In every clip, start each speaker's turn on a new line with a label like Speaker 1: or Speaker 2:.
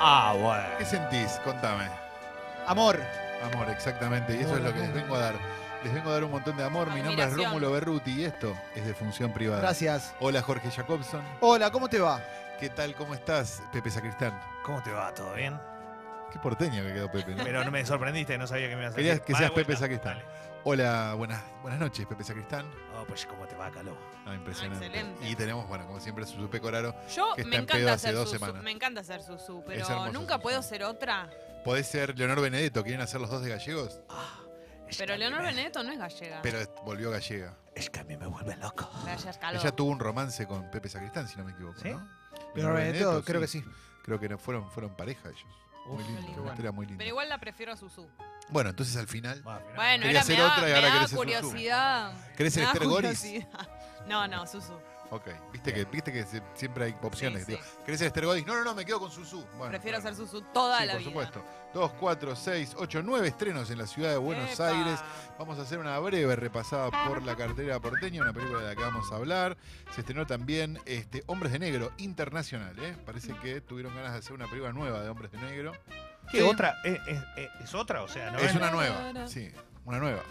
Speaker 1: Ah, bueno.
Speaker 2: ¿Qué sentís? Contame.
Speaker 3: Amor.
Speaker 2: Amor, exactamente. Y eso es lo que les vengo a dar. Les vengo a dar un montón de amor. Mi nombre es
Speaker 4: Admiración.
Speaker 2: Rómulo Berruti y esto es de función privada.
Speaker 3: Gracias.
Speaker 2: Hola Jorge Jacobson.
Speaker 3: Hola, ¿cómo te va?
Speaker 2: ¿Qué tal? ¿Cómo estás? Pepe Sacristán.
Speaker 1: ¿Cómo te va? ¿Todo bien?
Speaker 2: Qué porteño que quedó Pepe. ¿no?
Speaker 1: Pero no me sorprendiste, no sabía que me ibas a
Speaker 2: Querías
Speaker 1: decir.
Speaker 2: que
Speaker 1: Va de
Speaker 2: seas Pepe
Speaker 1: vuelta.
Speaker 2: Sacristán.
Speaker 1: Dale.
Speaker 2: Hola, buenas, buenas noches, Pepe Sacristán.
Speaker 1: Oh, pues cómo te va, Caló.
Speaker 2: No, impresionante.
Speaker 4: Ah, excelente.
Speaker 2: Y tenemos, bueno, como siempre, su Pepe Coraro.
Speaker 4: Yo
Speaker 2: que está
Speaker 4: me
Speaker 2: en
Speaker 4: encanta,
Speaker 2: pedo hace
Speaker 4: hacer
Speaker 2: dos
Speaker 4: susu,
Speaker 2: semanas.
Speaker 4: me encanta hacer susu,
Speaker 2: Es
Speaker 4: pero
Speaker 2: hermoso
Speaker 4: nunca
Speaker 2: susu.
Speaker 4: puede ser otra.
Speaker 2: Podés ser Leonor Benedetto. ¿Quieren hacer los dos de gallegos?
Speaker 4: Pero Leonor
Speaker 1: Benedetto.
Speaker 4: Benedetto no es gallega.
Speaker 2: Pero es- volvió gallega.
Speaker 1: Es que a mí me vuelve loco.
Speaker 4: Gracias, Caló.
Speaker 2: Ella tuvo un romance con Pepe Sacristán, si no me equivoco,
Speaker 1: ¿Sí?
Speaker 2: ¿no?
Speaker 3: Pero
Speaker 2: Leonor
Speaker 3: Benedetto,
Speaker 2: Benedetto,
Speaker 3: creo que sí.
Speaker 2: Creo que no, fueron, fueron pareja ellos.
Speaker 1: Uf,
Speaker 2: Muy lindo,
Speaker 4: qué
Speaker 2: una
Speaker 4: bueno.
Speaker 2: historia muy linda.
Speaker 4: Pero igual la prefiero a Susu.
Speaker 2: Bueno, entonces al final.
Speaker 1: Va, mirá.
Speaker 4: Bueno,
Speaker 2: Quería
Speaker 4: era
Speaker 2: hacer
Speaker 4: me da,
Speaker 2: otra y
Speaker 4: me
Speaker 2: ahora
Speaker 4: da
Speaker 2: querés hacer susu.
Speaker 4: curiosidad.
Speaker 2: ¿Querés ser
Speaker 4: Me da
Speaker 2: Esther Goris?
Speaker 4: curiosidad. No, no, Susu.
Speaker 2: Ok, viste que, viste que se- siempre hay opciones.
Speaker 4: Sí,
Speaker 2: Digo, ¿Querés ser Esther Godis? No, no, no, me quedo con Susu. Bueno,
Speaker 4: prefiero
Speaker 2: claro.
Speaker 4: hacer Susu toda
Speaker 2: Sí,
Speaker 4: la
Speaker 2: por
Speaker 4: vida.
Speaker 2: supuesto. 2, 4, 6, 8, 9 estrenos en la ciudad de Buenos
Speaker 4: Epa.
Speaker 2: Aires. Vamos a hacer una breve repasada por la cartera porteña, una película de la que vamos a hablar. Se estrenó también este, Hombres de Negro, internacional, ¿eh? Parece que tuvieron ganas de hacer una película nueva de Hombres de Negro.
Speaker 1: ¿Qué otra? ¿Es, es- es- es otra? O sea, ¿no
Speaker 2: es
Speaker 1: es?
Speaker 2: una nueva, sí, una nueva.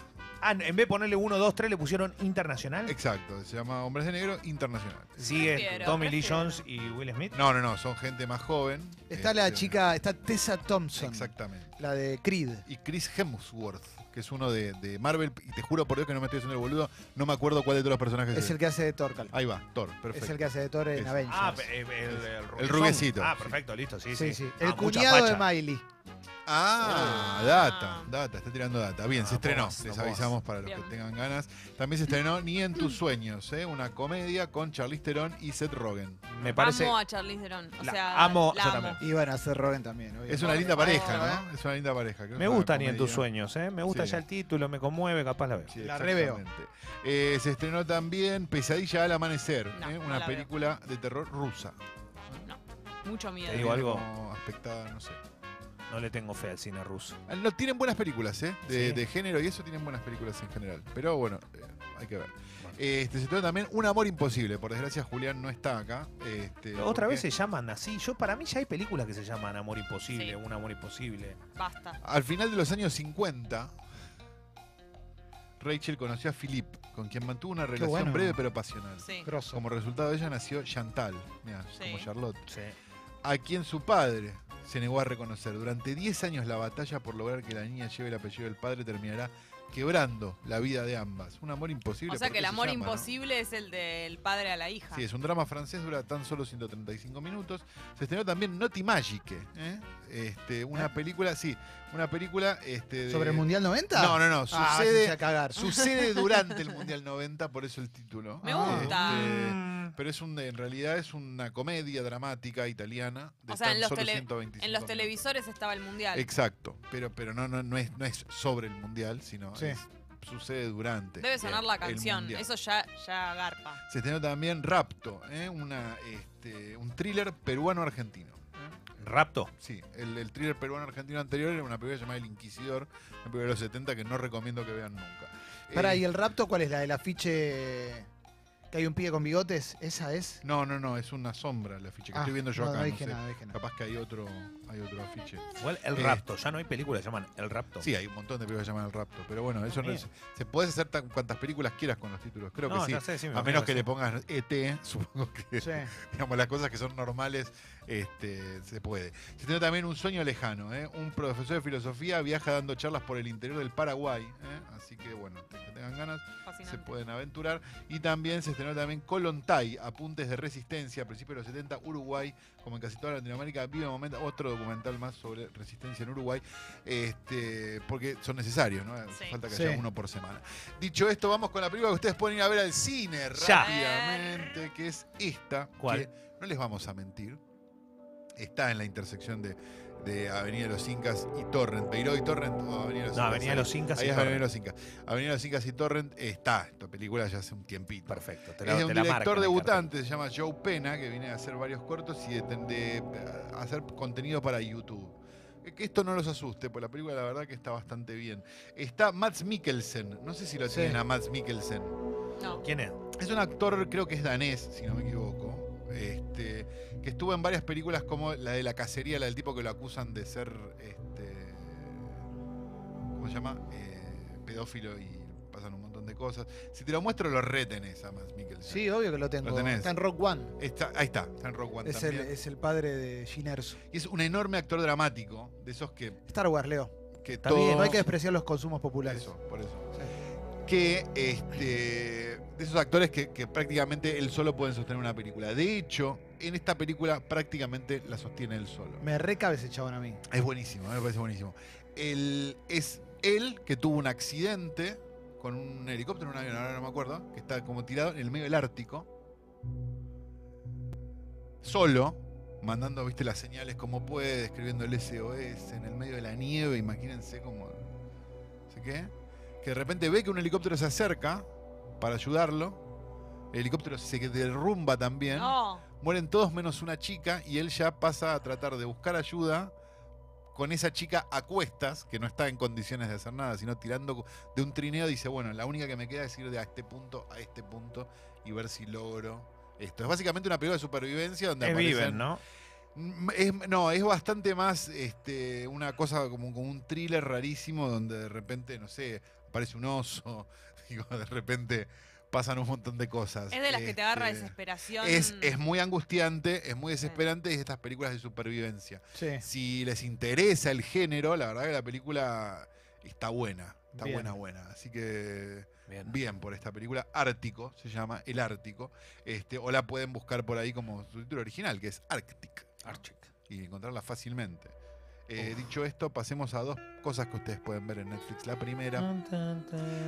Speaker 1: Ah, en vez de ponerle 1, 2, 3, le pusieron internacional.
Speaker 2: Exacto, se llama Hombres de Negro, internacional.
Speaker 1: Sigue
Speaker 4: Prefiero,
Speaker 1: Tommy Lee
Speaker 4: prefiero.
Speaker 1: Jones y Will Smith.
Speaker 2: No, no, no, son gente más joven.
Speaker 3: Está
Speaker 2: Este,
Speaker 3: la chica, está Tessa Thompson.
Speaker 2: Exactamente.
Speaker 3: La de Creed.
Speaker 2: y Chris Hemsworth, que es uno de, de Marvel. Y te juro por Dios que no me estoy haciendo el boludo, no me acuerdo cuál de todos los personajes es.
Speaker 3: Es el que hace de Thor, Cal.
Speaker 2: Ahí va, Thor, Ah, perfecto.
Speaker 3: Es el que hace de Thor en
Speaker 2: Es-
Speaker 3: Avengers.
Speaker 1: Ah, pe- eh, el, el, rubiezón.
Speaker 2: rubiecito.
Speaker 1: Ah, perfecto, listo, sí, sí.
Speaker 3: sí, sí.
Speaker 1: Ah,
Speaker 3: El
Speaker 1: mucha
Speaker 3: cuñado de
Speaker 1: facha.
Speaker 3: Miley.
Speaker 2: Ah,
Speaker 4: Ah.
Speaker 2: data, data, está tirando data. Bien, se
Speaker 1: Ah,
Speaker 2: estrenó,
Speaker 1: vos,
Speaker 2: les
Speaker 1: vos.
Speaker 2: avisamos para los que
Speaker 4: Bien.
Speaker 2: tengan ganas. También se estrenó Ni en tus sueños, ¿eh? una comedia con Charlize Theron y Seth Rogen.
Speaker 1: Me parece.
Speaker 4: Amo a Charlize Theron. O
Speaker 1: La
Speaker 4: sea,
Speaker 1: amo,
Speaker 4: la
Speaker 1: yo
Speaker 4: amo.
Speaker 1: también.
Speaker 3: Y bueno, hace Rogan también. obvio.
Speaker 2: Es una linda
Speaker 3: Por
Speaker 2: pareja,
Speaker 3: favor,
Speaker 4: ¿eh?
Speaker 2: ¿no? Es una linda pareja. creo que
Speaker 1: Me
Speaker 2: es una
Speaker 1: gusta ni en tus
Speaker 2: comedia.
Speaker 1: sueños, ¿eh? Me gusta
Speaker 2: Sí.
Speaker 1: ya el título, me conmueve, capaz la veo.
Speaker 2: Sí,
Speaker 3: La reveo.
Speaker 2: exactamente. Eh, se estrenó también Pesadilla al amanecer,
Speaker 4: No,
Speaker 2: ¿eh?
Speaker 4: no
Speaker 2: una
Speaker 4: la veo.
Speaker 2: película de terror rusa.
Speaker 4: Mucho miedo.
Speaker 1: Te digo algo.
Speaker 2: Como aspectada, no sé.
Speaker 1: No le tengo fe al cine ruso.
Speaker 2: Ah, No, tienen buenas películas, ¿eh? De,
Speaker 1: Sí.
Speaker 2: de género y eso tienen buenas películas en general. Pero bueno, eh, hay que ver. Este, se trata también Un amor imposible. Por desgracia, Julián no está acá. Este,
Speaker 1: Otra
Speaker 2: porque
Speaker 1: vez se llaman así. Yo para mí ya hay películas que se llaman Amor Imposible,
Speaker 4: Sí.
Speaker 1: Un Amor Imposible.
Speaker 4: Basta.
Speaker 2: Al final de los años 50, Rachel conoció a Philip, con quien mantuvo una relación
Speaker 3: bueno.
Speaker 2: breve pero pasional.
Speaker 4: Sí.
Speaker 3: Grosso.
Speaker 2: Como resultado de ella nació Chantal, mirá,
Speaker 4: Sí.
Speaker 2: como Charlotte,
Speaker 1: Sí.
Speaker 2: a quien su padre se negó a reconocer. Durante 10 años la batalla por lograr que la niña lleve el apellido del padre terminará quebrando la vida de ambas. Un amor imposible.
Speaker 4: O sea
Speaker 2: ¿por
Speaker 4: que
Speaker 2: qué
Speaker 4: el
Speaker 2: se
Speaker 4: amor
Speaker 2: llama, no?
Speaker 4: imposible es el del padre a la hija.
Speaker 2: Sí, es un drama francés, dura tan solo 135 minutos. Se estrenó también Noti Magique, ¿eh? Este, una
Speaker 4: Ah.
Speaker 2: película, sí, una película... Este, de-
Speaker 3: ¿Sobre el Mundial 90?
Speaker 2: No, no, no,
Speaker 3: Ah, váyanse a
Speaker 2: sucede,
Speaker 3: cagar.
Speaker 2: sucede durante el Mundial 90, por eso el título.
Speaker 4: Me
Speaker 2: Ah.
Speaker 4: gusta.
Speaker 2: Este,
Speaker 1: Mm.
Speaker 2: pero es un, en realidad es una comedia dramática italiana de
Speaker 4: O sea, en
Speaker 2: tan
Speaker 4: los
Speaker 2: solo
Speaker 4: tele-
Speaker 2: 125
Speaker 4: En los
Speaker 2: minutos.
Speaker 4: televisores estaba el mundial.
Speaker 2: Exacto, pero, pero no, no, no, es, no es sobre el Mundial, sino
Speaker 3: Sí.
Speaker 2: es- sucede durante
Speaker 4: Debe sonar la
Speaker 2: el
Speaker 4: canción.
Speaker 2: Mundial.
Speaker 4: Eso ya, ya garpa.
Speaker 2: Se estrenó también Rapto, ¿eh? Una, este, un thriller peruano-argentino.
Speaker 1: Rapto.
Speaker 2: Sí, el, el thriller peruano-argentino anterior era una película llamada El Inquisidor, una película de los 70 que no recomiendo que vean nunca.
Speaker 3: Pará,
Speaker 2: Eh,
Speaker 3: ¿y el rapto cuál es? ¿La del afiche que hay un pibe con bigotes? ¿Esa es?
Speaker 2: No, no, no, es una sombra la ficha que
Speaker 3: Ah,
Speaker 2: estoy viendo yo
Speaker 3: no,
Speaker 2: acá.
Speaker 3: No
Speaker 2: no
Speaker 3: dije
Speaker 2: sé.
Speaker 3: nada, dije nada.
Speaker 2: Capaz que hay otro, hay otro afiche.
Speaker 1: Igual El
Speaker 2: Eh.
Speaker 1: Rapto. Ya no hay películas que llaman El Rapto.
Speaker 2: Sí, hay un montón de películas llamadas El Rapto, pero bueno, eso no
Speaker 1: Bien.
Speaker 2: es- Se puede hacer tan, cuantas películas quieras con los títulos, creo
Speaker 1: No,
Speaker 2: que sí.
Speaker 1: ya sé, sí, me
Speaker 2: A
Speaker 1: imagino
Speaker 2: menos que
Speaker 1: sí.
Speaker 2: le pongas ET, supongo que
Speaker 3: Sí.
Speaker 2: digamos, las cosas que son normales, este, se puede. Se tiene también un sueño lejano, ¿eh? Un profesor de filosofía viaja dando charlas por el interior del Paraguay, ¿eh? Así que, bueno, te- que tengan ganas, se
Speaker 4: Fascinante.
Speaker 2: pueden aventurar. Y también se estrenó también Colontai, Apuntes de Resistencia, a principios de los 70, Uruguay, como en casi toda Latinoamérica, vive un momento, otro documental más sobre resistencia en Uruguay, este, porque son necesarios, ¿no? Hace
Speaker 4: Sí.
Speaker 2: Falta que
Speaker 3: Sí.
Speaker 2: haya uno por semana. Dicho esto, vamos con la película que ustedes pueden ir a ver al cine
Speaker 1: Ya.
Speaker 2: rápidamente, que es esta,
Speaker 1: ¿Cuál?
Speaker 2: que no les vamos a mentir, está en la intersección de, de Avenida de los Incas y Torrent, Peiró y Torrent o Avenida de los
Speaker 1: No,
Speaker 2: Incas.
Speaker 1: Avenida Los Incas. y
Speaker 2: Ahí es
Speaker 1: Torre.
Speaker 2: Avenida Los Incas. Avenida Los Incas y Torrent está esta película ya hace un tiempito.
Speaker 1: Perfecto. Te la,
Speaker 2: Es de un
Speaker 1: te la marco
Speaker 2: director
Speaker 1: en el
Speaker 2: debutante, se llama Joe Pena, que viene a hacer varios cortos y de, de- a hacer contenido para YouTube. Eh, Que esto no los asuste, pues la película la verdad que está bastante bien. Está Matt Mikkelsen, no sé si lo
Speaker 3: Sí.
Speaker 2: tienen a Matt Mikkelsen.
Speaker 4: No.
Speaker 1: cartel. ¿Quién es?
Speaker 2: Es un actor, creo que es danés, si no me equivoco. este, que estuvo en varias películas como la de la cacería, la del tipo que lo acusan de ser, este, ¿cómo se llama? Eh, pedófilo y pasan un montón de cosas. Si te lo muestro, lo retenés a Mads Mikkelsen.
Speaker 3: Sí, obvio que lo tengo.
Speaker 2: Lo tenés.
Speaker 3: Está en Rock One.
Speaker 2: Está- ahí está, está en Rock One
Speaker 3: Es el,
Speaker 2: también.
Speaker 3: es el padre de Gin Erso.
Speaker 2: Y es un enorme actor dramático, de esos que,
Speaker 3: Star Wars, Leo.
Speaker 2: que
Speaker 1: Está
Speaker 2: todo-
Speaker 1: bien,
Speaker 3: No hay que despreciar los consumos populares.
Speaker 2: Eso, por eso. Que este, de esos actores que, que prácticamente él solo puede sostener una película. De hecho, en esta película prácticamente la sostiene él solo.
Speaker 3: Me recabe ese chabón a mí.
Speaker 2: Es buenísimo, me parece buenísimo. El- es él que tuvo un accidente con un helicóptero, un avión, ahora no me acuerdo, que está como tirado en el medio del Ártico. Solo, mandando, viste, las señales como puede, escribiendo el SOS en el medio de la nieve, imagínense como. no sé qué. Que de repente ve que un helicóptero se acerca para ayudarlo. El helicóptero se derrumba también.
Speaker 4: No.
Speaker 2: Mueren todos menos una chica y él ya pasa a tratar de buscar ayuda con esa chica a cuestas, que no está en condiciones de hacer nada, sino tirando cu- de un trineo, dice, bueno, la única que me queda es ir de a este punto a este punto y ver si logro esto. Es básicamente una película de supervivencia donde
Speaker 1: Es
Speaker 2: aparecen-
Speaker 1: viven, ¿no?
Speaker 2: Mm, es- no, es bastante más este, una cosa como, como un thriller rarísimo donde de repente, no sé, aparece un oso, digo, de repente pasan un montón de cosas.
Speaker 4: Es de las que te agarra
Speaker 2: Este,
Speaker 4: desesperación.
Speaker 2: es, es muy angustiante, es muy desesperante y es estas películas de supervivencia.
Speaker 3: Sí.
Speaker 2: Si les interesa el género, la verdad que la película está buena. Está
Speaker 3: Bien.
Speaker 2: buena, buena. Así que
Speaker 1: Bien.
Speaker 2: bien por esta película. Ártico se llama, El Ártico. Este, o la pueden buscar por ahí como su título original, que es Arctic. Y encontrarla fácilmente. Eh, dicho esto, pasemos a dos cosas que ustedes pueden ver en Netflix. La primera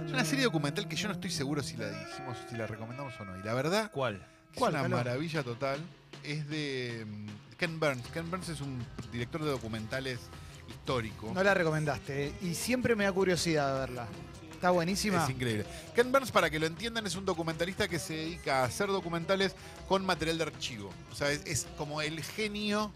Speaker 2: es una serie documental que yo no estoy seguro si la dijimos, si la recomendamos o no. Y la verdad
Speaker 1: ¿Cuál?
Speaker 2: que
Speaker 3: ¿Cuál,
Speaker 2: es una
Speaker 3: Caló?
Speaker 2: maravilla total. Es de mm, Ken Burns. Ken Burns es un director de documentales histórico.
Speaker 3: No la recomendaste. eh, Y siempre me da curiosidad verla. Está buenísima.
Speaker 2: Es increíble. Ken Burns, para que lo entiendan, es un documentalista que se dedica a hacer documentales con material de archivo. O sea, es, es como el genio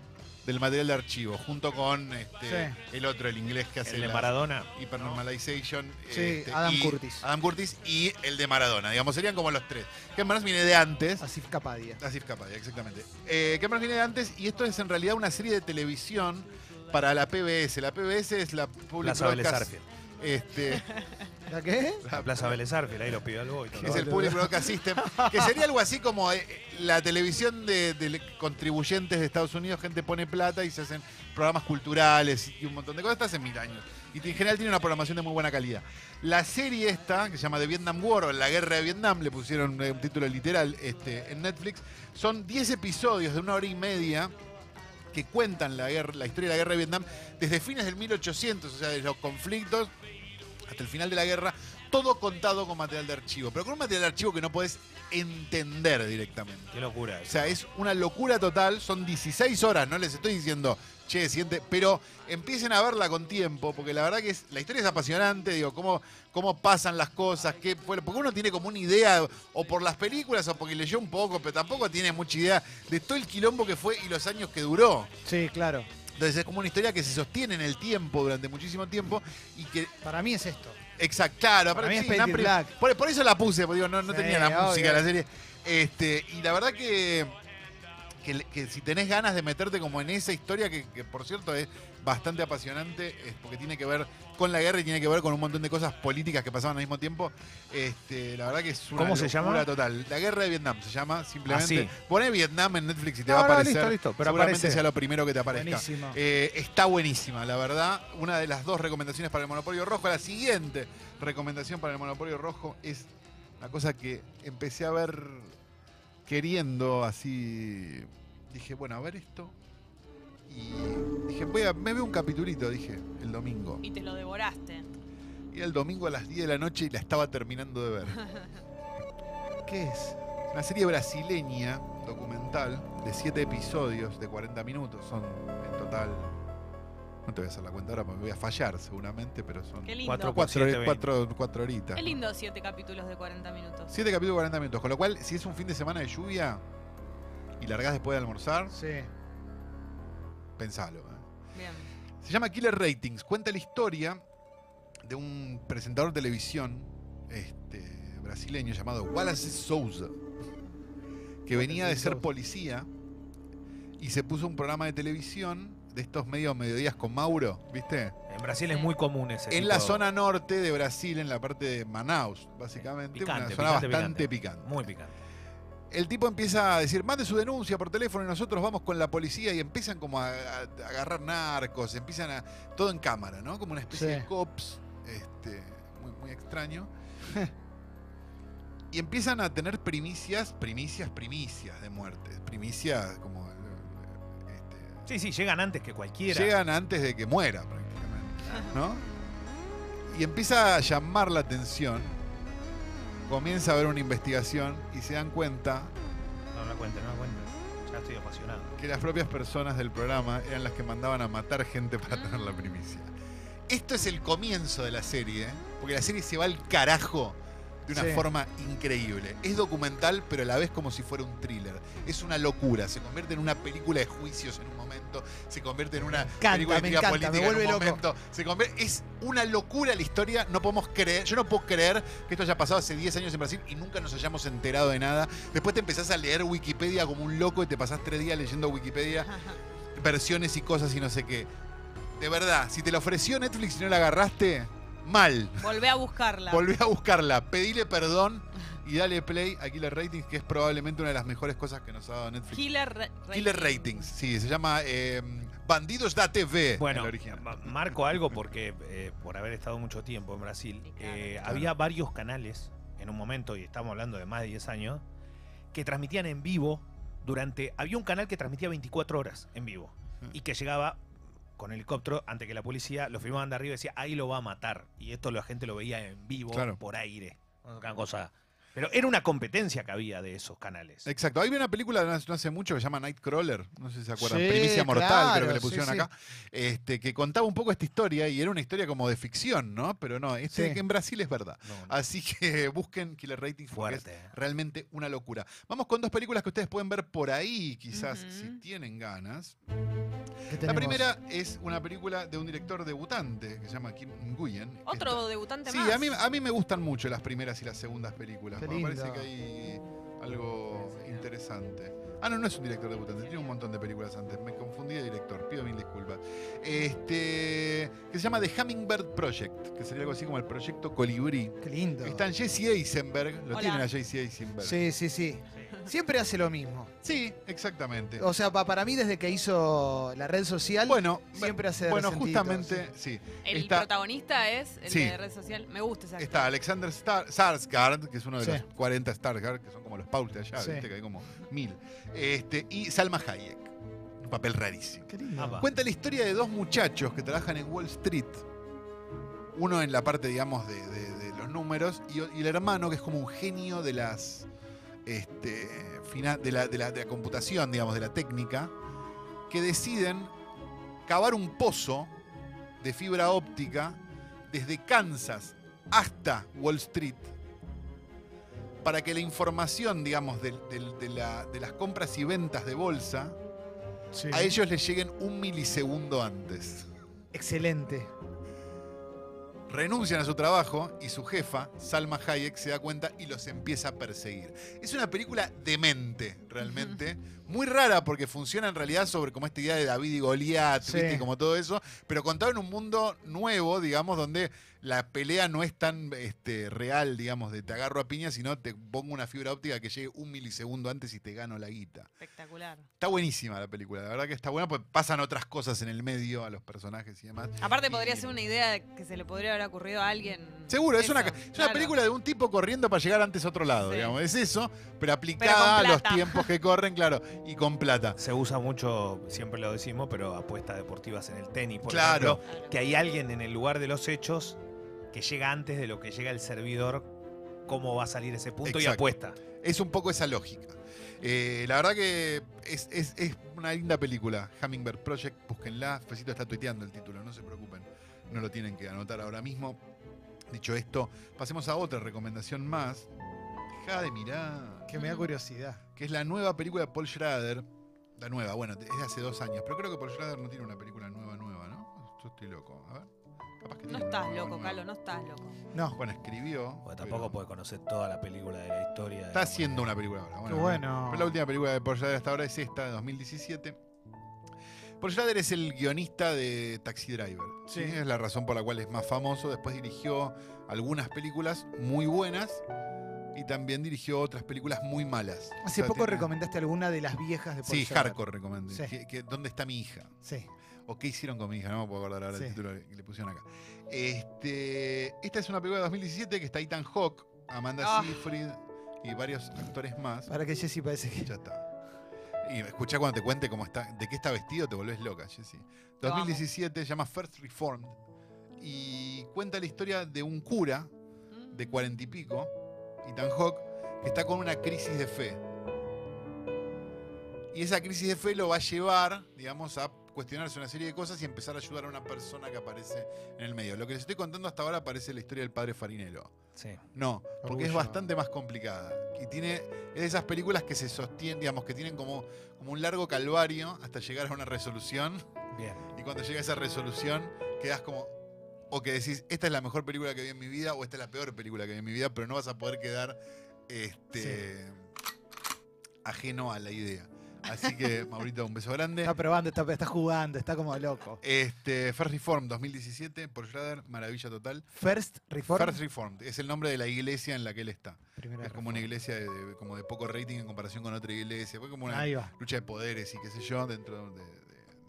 Speaker 2: del material de archivo, junto con este,
Speaker 3: Sí.
Speaker 2: el otro, el inglés que hace
Speaker 1: El de
Speaker 2: las-
Speaker 1: Maradona.
Speaker 2: Hypernormalization.
Speaker 3: Sí,
Speaker 2: este,
Speaker 3: Adam
Speaker 2: y-
Speaker 3: Curtis.
Speaker 2: Adam Curtis y el de Maradona. Digamos, serían como los tres. Ken Burns viene de antes.
Speaker 3: Así Capadia.
Speaker 2: Así es capaz, exactamente. Eh, ¿Qué más viene de antes? Y esto es en realidad una serie de televisión para la PBS. La PBS es la Public
Speaker 1: Plaza Vélez
Speaker 2: Broadcast-
Speaker 1: Arfield.
Speaker 2: Este,
Speaker 3: ¿La qué?
Speaker 1: La Plaza Vélez Arfield, ahí lo pidió algo y todo.
Speaker 2: es el Public Broadcast System, que sería algo así como eh, la televisión de, de contribuyentes de Estados Unidos, gente pone plata y se hacen programas culturales y un montón de cosas, está hace mil años. Y en general tiene una programación de muy buena calidad. La serie esta, que se llama The Vietnam War o La Guerra de Vietnam, le pusieron eh, un título literal este, en Netflix, son 10 episodios de una hora y media que cuentan la, guerra, la historia de la guerra de Vietnam desde fines del 1800, o sea, desde los conflictos hasta el final de la guerra, todo contado con material de archivo, pero con un material de archivo que no podés entender directamente.
Speaker 1: Qué locura.
Speaker 2: O sea, es una locura total, son 16 horas, no les estoy diciendo, che, siente, pero empiecen a verla con tiempo, porque la verdad que es, la historia es apasionante, digo, cómo, cómo pasan las cosas, qué fue, porque uno tiene como una idea, o por las películas, o porque leyó un poco, pero tampoco tiene mucha idea de todo el quilombo que fue y los años que duró.
Speaker 3: Sí, claro.
Speaker 2: Entonces es como una historia que se sostiene en el tiempo, durante muchísimo tiempo, y que
Speaker 3: Para mí es esto.
Speaker 2: Exacto, claro.
Speaker 3: Para
Speaker 2: aparte,
Speaker 3: mí es
Speaker 2: sí,
Speaker 3: Painted
Speaker 2: Napri-
Speaker 3: Black.
Speaker 2: Por, por eso la puse, porque digo, no, no
Speaker 3: Sí,
Speaker 2: tenía la
Speaker 3: obvio.
Speaker 2: música de la serie. Este, y la verdad que, que, que si tenés ganas de meterte como en esa historia, que, que por cierto es bastante apasionante, es porque tiene que ver con la guerra y tiene que ver con un montón de cosas políticas que pasaban al mismo tiempo, este, la verdad que es una
Speaker 1: ¿Cómo se
Speaker 2: locura
Speaker 1: llama?
Speaker 2: total. La guerra de Vietnam se llama simplemente.
Speaker 1: Ah, sí.
Speaker 2: Poné Vietnam en Netflix y te
Speaker 1: No,
Speaker 2: va a
Speaker 1: no,
Speaker 2: aparecer.
Speaker 1: listo, listo, pero
Speaker 2: Seguramente
Speaker 1: aparece.
Speaker 2: sea lo primero que te aparezca.
Speaker 3: Buenísima.
Speaker 2: Eh, está buenísima, la verdad. Una de las dos recomendaciones para el Monopolio Rojo. La siguiente recomendación para el Monopolio Rojo es una cosa que empecé a ver queriendo así. Dije, bueno, a ver esto. Y dije, voy a, me veo un capitulito, dije, el domingo.
Speaker 4: Y te lo devoraste.
Speaker 2: Era el domingo a las 10 de la noche y la estaba terminando de ver.
Speaker 3: ¿Qué es?
Speaker 2: Una serie brasileña, documental, de 7 episodios de 40 minutos. Son en total. No te voy a hacer la cuenta ahora porque me voy a fallar seguramente, pero son.
Speaker 4: Qué lindo.
Speaker 1: Cuatro por
Speaker 2: cuatro,
Speaker 1: siete, veinte.
Speaker 2: cuatro- cuatro horitas.
Speaker 4: Es lindo siete capítulos de 40 minutos.
Speaker 2: 7 capítulos, 40 minutos. Con lo cual, si es un fin de semana de lluvia y largás después de almorzar,
Speaker 3: Sí.
Speaker 2: pensalo. ¿eh?
Speaker 4: Bien.
Speaker 2: Se llama Killer Ratings. Cuenta la historia de un presentador de televisión este, brasileño llamado Wallace Souza, que venía de ser
Speaker 3: político.
Speaker 2: policía y se puso un programa de televisión de estos medios mediodías con Mauro, ¿viste?
Speaker 1: En Brasil es muy común ese.
Speaker 2: En
Speaker 1: tipo-
Speaker 2: la zona norte de Brasil, en la parte de Manaus, básicamente,
Speaker 1: Picante,
Speaker 2: una zona
Speaker 1: picante,
Speaker 2: bastante picante.
Speaker 1: Muy picante.
Speaker 2: El tipo empieza a decir, mande su denuncia por teléfono y nosotros vamos con la policía y empiezan como a, a- a agarrar narcos, empiezan a... Todo en cámara, ¿no? Como una especie
Speaker 3: Sí.
Speaker 2: de cops, este, muy, muy extraño. y empiezan a tener primicias, primicias, primicias de muertes, primicias como... eh, este,
Speaker 1: Sí, sí, llegan antes que cualquiera.
Speaker 2: Llegan antes de que muera prácticamente, ¿no? Y empieza a llamar la atención, comienza a haber una investigación y se dan cuenta
Speaker 1: No, no la cuentes, no la cuentes. Ya estoy apasionado.
Speaker 2: que las propias personas del programa eran las que mandaban a matar gente para
Speaker 4: Mm.
Speaker 2: tener la primicia. Esto es el comienzo de la serie, ¿eh? porque la serie se va al carajo de una
Speaker 3: Sí.
Speaker 2: forma increíble. Es documental, pero a la vez como si fuera un thriller. Es una locura. Se convierte en una película de juicios en un momento, se convierte en una
Speaker 3: encanta,
Speaker 2: película de
Speaker 3: me
Speaker 2: intriga
Speaker 3: encanta, me
Speaker 2: política en
Speaker 3: vuelve
Speaker 2: un
Speaker 3: loco.
Speaker 2: momento. Se convierte- es una locura la historia. No podemos creer, yo no puedo creer que esto haya pasado hace 10 años en Brasil y nunca nos hayamos enterado de nada. Después te empezás a leer Wikipedia como un loco y te pasás tres días leyendo Wikipedia, versiones y cosas y no sé qué. De verdad, si te la ofreció Netflix y no la agarraste, mal.
Speaker 4: Volvé a buscarla.
Speaker 2: Volvé a buscarla, pedile perdón y dale play a Killer Ratings, que es probablemente una de las mejores cosas que nos ha dado Netflix.
Speaker 4: Killer, Ra-
Speaker 2: Killer Ratings, sí, se llama eh, Bandidos da TV.
Speaker 1: Bueno,
Speaker 2: en la Eh, original.
Speaker 1: ma- marco algo porque eh, por haber estado mucho tiempo en Brasil,
Speaker 4: Sí, claro.
Speaker 1: eh, había varios canales en un momento, y estamos hablando de más de 10 años, que transmitían en vivo durante... Había un canal que transmitía 24 horas en vivo y que llegaba con helicóptero antes que la policía, lo filmaban de arriba y decía, ahí lo va a matar. Y esto la gente lo veía en vivo,
Speaker 2: Claro.
Speaker 1: por aire. Una cosa... Pero era una competencia que había de esos canales.
Speaker 2: Exacto. Hay una película de no hace- no hace mucho que se llama Nightcrawler, no sé si se acuerdan,
Speaker 3: Sí,
Speaker 2: Primicia Mortal, creo que le
Speaker 3: claro, sí,
Speaker 2: pusieron
Speaker 3: sí.
Speaker 2: acá, este, que contaba un poco esta historia y era una historia como de ficción, ¿no? Pero no, este
Speaker 3: Sí.
Speaker 2: que en Brasil es verdad.
Speaker 1: No, no,
Speaker 2: Así que busquen Killer Ratings porque es
Speaker 1: fuerte. eh.
Speaker 2: realmente una locura. Vamos con dos películas que ustedes pueden ver por ahí, quizás,
Speaker 4: Ujú.
Speaker 2: si tienen ganas.
Speaker 3: ¿Qué
Speaker 2: La
Speaker 3: tenemos?
Speaker 2: primera es una película de un director debutante que se llama Kim Nguyen.
Speaker 4: Otro debutante
Speaker 2: Sí,
Speaker 4: más.
Speaker 2: a mí, a mí me gustan mucho las primeras y las segundas películas.
Speaker 3: Qué
Speaker 2: Me parece
Speaker 3: lindo.
Speaker 2: que hay algo interesante. Ah, no, no es un director debutante, tiene un montón de películas antes. Me confundí de director, pido mil disculpas. Este, que se llama The Hummingbird Project, que sería algo así como el proyecto Colibrí.
Speaker 3: Qué lindo.
Speaker 2: Está en Jesse Eisenberg, lo
Speaker 4: Hola.
Speaker 2: tienen a Jesse Eisenberg.
Speaker 3: Sí, sí, sí. Siempre hace lo mismo.
Speaker 2: Sí, exactamente.
Speaker 3: O sea, pa- para mí desde que hizo la red social,
Speaker 2: Bueno,
Speaker 3: siempre hace
Speaker 2: bueno
Speaker 3: resentido,
Speaker 2: justamente, sí.
Speaker 4: El
Speaker 2: Está-
Speaker 4: protagonista es el
Speaker 2: Sí.
Speaker 4: de red social. Me gusta esa
Speaker 2: Está Alexander Star Sarsgaard, que es uno de
Speaker 3: Sí.
Speaker 2: los 40 Sarsgaard, que son como los paus de allá,
Speaker 3: Sí.
Speaker 2: ¿viste? Que hay como mil. Este, y Salma Hayek, un papel rarísimo.
Speaker 3: Qué lindo.
Speaker 1: Ah, va.
Speaker 2: Cuenta la historia de dos muchachos que trabajan en Wall Street. Uno en la parte, digamos, de, de- de los números y, o- y el hermano, que es como un genio de las. Este, fina- de, la, de la- de la computación, digamos, de la técnica, que deciden cavar un pozo de fibra óptica desde Kansas hasta Wall Street para que la información, digamos, del- del- de la- de las compras y ventas de bolsa
Speaker 3: Sí.
Speaker 2: a ellos les lleguen un milisegundo antes.
Speaker 3: Excelente.
Speaker 2: Renuncian a su trabajo y su jefa, Salma Hayek, se da cuenta y los empieza a perseguir. Es una película demente, realmente. Muy rara porque funciona en realidad sobre como esta idea de David y Goliat,
Speaker 3: Sí.
Speaker 2: ¿viste? Y como todo eso, pero contado en un mundo nuevo, digamos, donde la pelea no es tan este, real, digamos, de te agarro a piña, sino te pongo una fibra óptica que llegue un milisegundo antes y te gano la guita.
Speaker 4: espectacular.
Speaker 2: Está buenísima la película, la verdad que está buena, porque pasan otras cosas en el medio a los personajes y demás.
Speaker 4: Aparte
Speaker 2: Y-
Speaker 4: podría ser una idea de que se le podría haber ocurrido a alguien.
Speaker 2: Seguro, es una,
Speaker 4: Eso,
Speaker 2: es una
Speaker 4: claro.
Speaker 2: película de un tipo corriendo para llegar antes a otro lado,
Speaker 4: Sí.
Speaker 2: digamos. Es eso, pero aplicada a los
Speaker 4: plata.
Speaker 2: tiempos que corren, claro, y con plata.
Speaker 1: Se usa mucho, siempre lo decimos, pero apuestas deportivas en el tenis, por
Speaker 2: Claro.
Speaker 1: ejemplo, que hay alguien en el lugar de los hechos que llega antes de lo que llega el servidor, cómo va a salir ese punto y
Speaker 2: Exacto.
Speaker 1: apuesta.
Speaker 2: Es un poco esa lógica. Eh, la verdad que es, es- es una linda película, Hummingbird Project, búsquenla. Fecito está tuiteando el título, no se preocupen, no lo tienen que anotar ahora mismo. Dicho esto, pasemos a otra recomendación más. Deja de mirar.
Speaker 3: Que me da curiosidad.
Speaker 2: que es la nueva película de Paul Schrader. La nueva, bueno, es de hace dos años, pero creo que Paul Schrader no tiene una película nueva, nueva, ¿no? Yo estoy loco. A ver. Capaz que
Speaker 4: No
Speaker 2: tiene un
Speaker 4: estás
Speaker 2: problema
Speaker 4: loco,
Speaker 2: con-
Speaker 4: Calo, no estás loco.
Speaker 3: No.
Speaker 2: Bueno, escribió.
Speaker 1: Porque tampoco
Speaker 2: pero
Speaker 1: puede conocer toda la película de la historia. de
Speaker 2: Está
Speaker 1: la
Speaker 2: haciendo
Speaker 1: humanidad.
Speaker 2: una película ahora.
Speaker 3: Qué bueno.
Speaker 2: Pero la última película de Paul Schrader hasta ahora es esta, de 2017. Paul Schrader es el guionista de Taxi Driver. ¿sí?
Speaker 3: Sí.
Speaker 2: Es la razón por la cual es más famoso. Después dirigió algunas películas muy buenas y también dirigió otras películas muy malas.
Speaker 3: Hace
Speaker 2: O sea,
Speaker 3: poco
Speaker 2: tiene-
Speaker 3: recomendaste alguna de las viejas de Paul
Speaker 2: Sí,
Speaker 3: Schrader.
Speaker 2: Hardcore recomendé.
Speaker 3: Sí.
Speaker 2: Que- que- ¿Dónde está mi hija?
Speaker 3: Sí.
Speaker 2: ¿O qué hicieron con mi hija? No me puedo acordar ahora el
Speaker 3: Sí.
Speaker 2: título que le pusieron acá. Este, esta es una película de 2017 que está Ethan Hawke, Amanda
Speaker 4: Ah.
Speaker 2: Seyfried y varios actores más.
Speaker 3: Para que Jessy parece que.
Speaker 2: Ya está. Y escuchá cuando te cuente cómo está, de qué está vestido, te volvés loca, Jessy.
Speaker 4: Lo amo.
Speaker 2: 2017 se llama First Reformed y cuenta la historia de un cura
Speaker 4: Mm.
Speaker 2: de cuarenta y pico, Ethan Hawke, que está con una crisis de fe. Y esa crisis de fe lo va a llevar, digamos, a cuestionarse una serie de cosas y empezar a ayudar a una persona que aparece en el medio. Lo que les estoy contando hasta ahora parece la historia del padre Farinello.
Speaker 1: Sí.
Speaker 2: No, porque es
Speaker 3: Orgullo.
Speaker 2: bastante más complicada. Y tiene, es de esas películas que se sostienen, digamos, que tienen como, como un largo calvario hasta llegar a una resolución.
Speaker 1: Bien.
Speaker 2: Y cuando llega esa resolución, quedas como. O que decís, esta es la mejor película que vi en mi vida, o esta es la peor película que vi en mi vida, pero no vas a poder quedar este, ajeno a la idea. Así que, Maurito, un beso grande.
Speaker 3: Está probando, está, está jugando, está como loco.
Speaker 2: Este, First Reform 2017, por Schrader, maravilla total.
Speaker 3: First Reform.
Speaker 2: First Reformed es el nombre de la iglesia en la que él está.
Speaker 3: Primera
Speaker 2: Es como una iglesia de, de- como de poco rating en comparación con otra iglesia. Fue como una
Speaker 3: Ahí va.
Speaker 2: lucha de poderes y qué sé yo dentro de- de-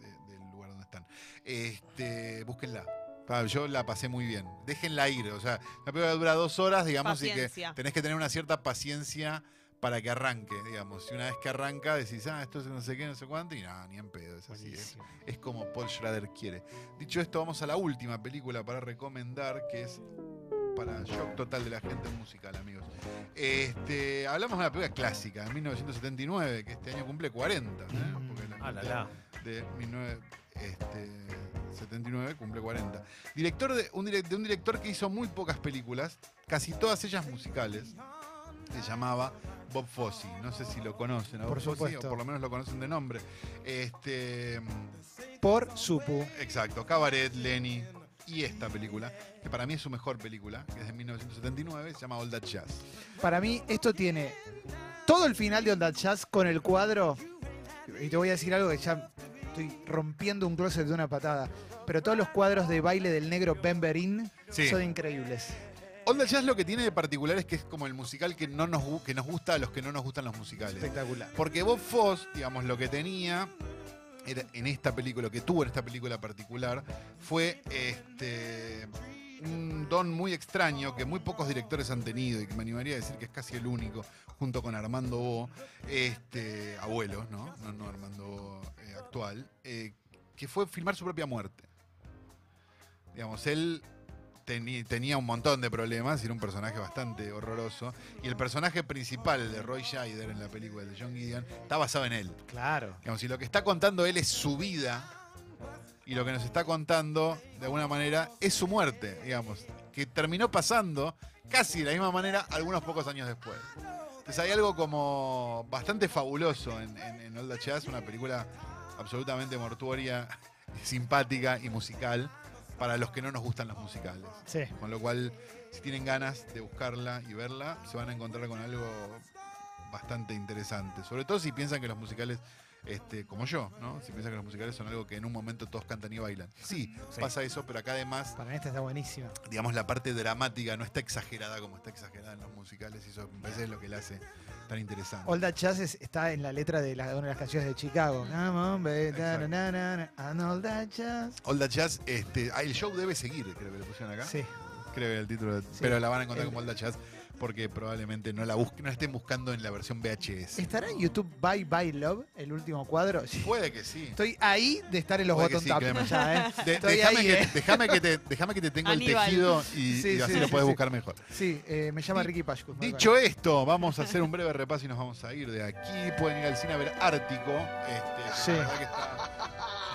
Speaker 2: de- del lugar donde están. Este, búsquenla. Ah, Yo la pasé muy bien. Déjenla ir. O sea, la película dura dos horas, digamos, y que
Speaker 4: Paciencia.
Speaker 2: tenés que tener una cierta paciencia para que arranque, digamos. Y una vez que arranca, decís, ah, esto es no sé qué, no sé cuánto, y nada, ni en pedo. Es así. ¿eh? Es,
Speaker 3: Buenísimo.
Speaker 2: es como Paul Schrader quiere. Dicho esto, vamos a la última película para recomendar, que es para shock total de la gente musical, amigos. Este, hablamos de una película clásica, de 1979, que este año cumple 40. ¿eh?
Speaker 3: Mm.
Speaker 2: Porque la
Speaker 1: Ah, la,
Speaker 2: gente
Speaker 1: la.
Speaker 2: De este, 1979 cumple 40. Director de un, direc- de un director que hizo muy pocas películas, casi todas ellas musicales. Se llamaba Bob Fosse. No sé si lo conocen. a Bob
Speaker 3: Por
Speaker 2: Fosse,
Speaker 3: supuesto.
Speaker 2: o por lo menos lo conocen de nombre. Este,
Speaker 3: Por Supu.
Speaker 2: Exacto, Cabaret, Lenny y esta película, que para mí es su mejor película, que es de 1979, se llama All That Jazz.
Speaker 3: Para mí, esto tiene todo el final de Onda Jazz con el cuadro. Y te voy a decir algo que ya estoy rompiendo un closet de una patada. Pero todos los cuadros de baile del negro Ben Berín
Speaker 2: Sí.
Speaker 3: son increíbles.
Speaker 2: All That Jazz lo que tiene de particular es que es como el musical que, no nos, gu- que nos gusta a los que no nos gustan los musicales.
Speaker 3: Espectacular.
Speaker 2: Porque Bob Foss, digamos, lo que tenía era- en esta película, lo que tuvo en esta película particular, fue este un don muy extraño que muy pocos directores han tenido y que me animaría a decir que es casi el único, junto con Armando Bo, este, abuelo, ¿no? No, no Armando Bo eh, actual, eh, que fue filmar su propia muerte. Digamos, él teni- tenía un montón de problemas, era un personaje bastante horroroso, y el personaje principal de Roy Scheider en la película de John Gideon está basado en él.
Speaker 3: Claro.
Speaker 2: Digamos, si lo que está contando él es su vida y lo que nos está contando, de alguna manera, es su muerte, digamos, que terminó pasando casi de la misma manera algunos pocos años después. Entonces hay algo como bastante fabuloso en, en, en All That Jazz, una película absolutamente mortuoria, simpática y musical para los que no nos gustan los musicales.
Speaker 3: Sí.
Speaker 2: Con lo cual, si tienen ganas de buscarla y verla, se van a encontrar con algo bastante interesante. Sobre todo si piensan que los musicales, este, como yo, ¿no? Si piensan que los musicales son algo que en un momento todos cantan y bailan. Sí,
Speaker 1: Sí.
Speaker 2: pasa eso, pero acá además,
Speaker 3: Para mí esta está buenísima.
Speaker 2: digamos, la parte dramática no está exagerada como está exagerada en los musicales. Y eso me parece es lo que la hace tan interesante.
Speaker 3: All That Jazz es- está en la letra de la- una de las canciones de Chicago. Come on, baby, da,
Speaker 2: Mm. Exacto.
Speaker 3: na, na, na, and all that jazz.
Speaker 2: All That Jazz, este, ah, el show debe seguir, creo que le pusieron acá.
Speaker 3: Sí.
Speaker 2: Creo que era el título. de-
Speaker 3: Sí.
Speaker 2: Pero la van a encontrar
Speaker 3: El-
Speaker 2: como All That Jazz porque probablemente no la busquen, no la estén buscando en la versión VHS.
Speaker 3: ¿Estará en YouTube Bye Bye Love, el último cuadro? Sí.
Speaker 2: Puede que sí.
Speaker 3: Estoy ahí de estar en los
Speaker 2: Puede que
Speaker 3: botón
Speaker 2: sí,
Speaker 3: tapping
Speaker 2: Clemen.
Speaker 3: ya, ¿eh?
Speaker 2: De-
Speaker 3: Estoy
Speaker 2: déjame,
Speaker 3: ahí,
Speaker 2: que,
Speaker 3: ¿eh?
Speaker 2: déjame que te, déjame que te tengo
Speaker 4: Aníbal.
Speaker 2: el tejido y,
Speaker 3: Sí,
Speaker 2: y así
Speaker 3: sí,
Speaker 2: lo
Speaker 3: sí,
Speaker 2: puedes
Speaker 3: sí.
Speaker 2: buscar mejor.
Speaker 3: Sí, eh, me llama Ricky Pashkus. me
Speaker 2: Dicho esto, vamos a hacer un breve repaso y nos vamos a ir de aquí. Pueden ir al cine a ver Ártico. Este,
Speaker 3: Sí.
Speaker 2: La verdad que está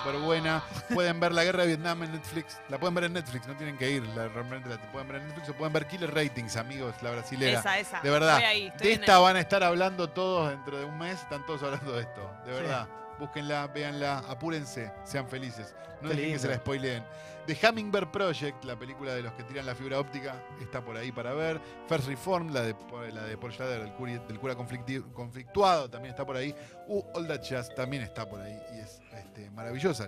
Speaker 2: súper buena. Pueden ver La Guerra de Vietnam en Netflix. La pueden ver en Netflix, no tienen que ir. La, realmente la pueden ver en Netflix o pueden ver Killer Ratings, amigos, la brasilera.
Speaker 4: Esa, esa.
Speaker 2: de verdad,
Speaker 4: Estoy ahí, estoy
Speaker 2: de
Speaker 4: en
Speaker 2: esta van a estar hablando todos dentro de un mes. Están todos hablando de esto, de
Speaker 3: Sí.
Speaker 2: verdad. Búsquenla, véanla, apúrense, sean felices. No
Speaker 3: Qué
Speaker 2: dejen que se
Speaker 3: lindo.
Speaker 2: la spoileen. The Hummingbird Project, la película de los que tiran la fibra óptica, está por ahí para ver. First Reform, la de, la de Paul Schrader, del, curi- del cura conflicti- conflictuado, también está por ahí. U All That Jazz también está por ahí y es este, maravillosa. Le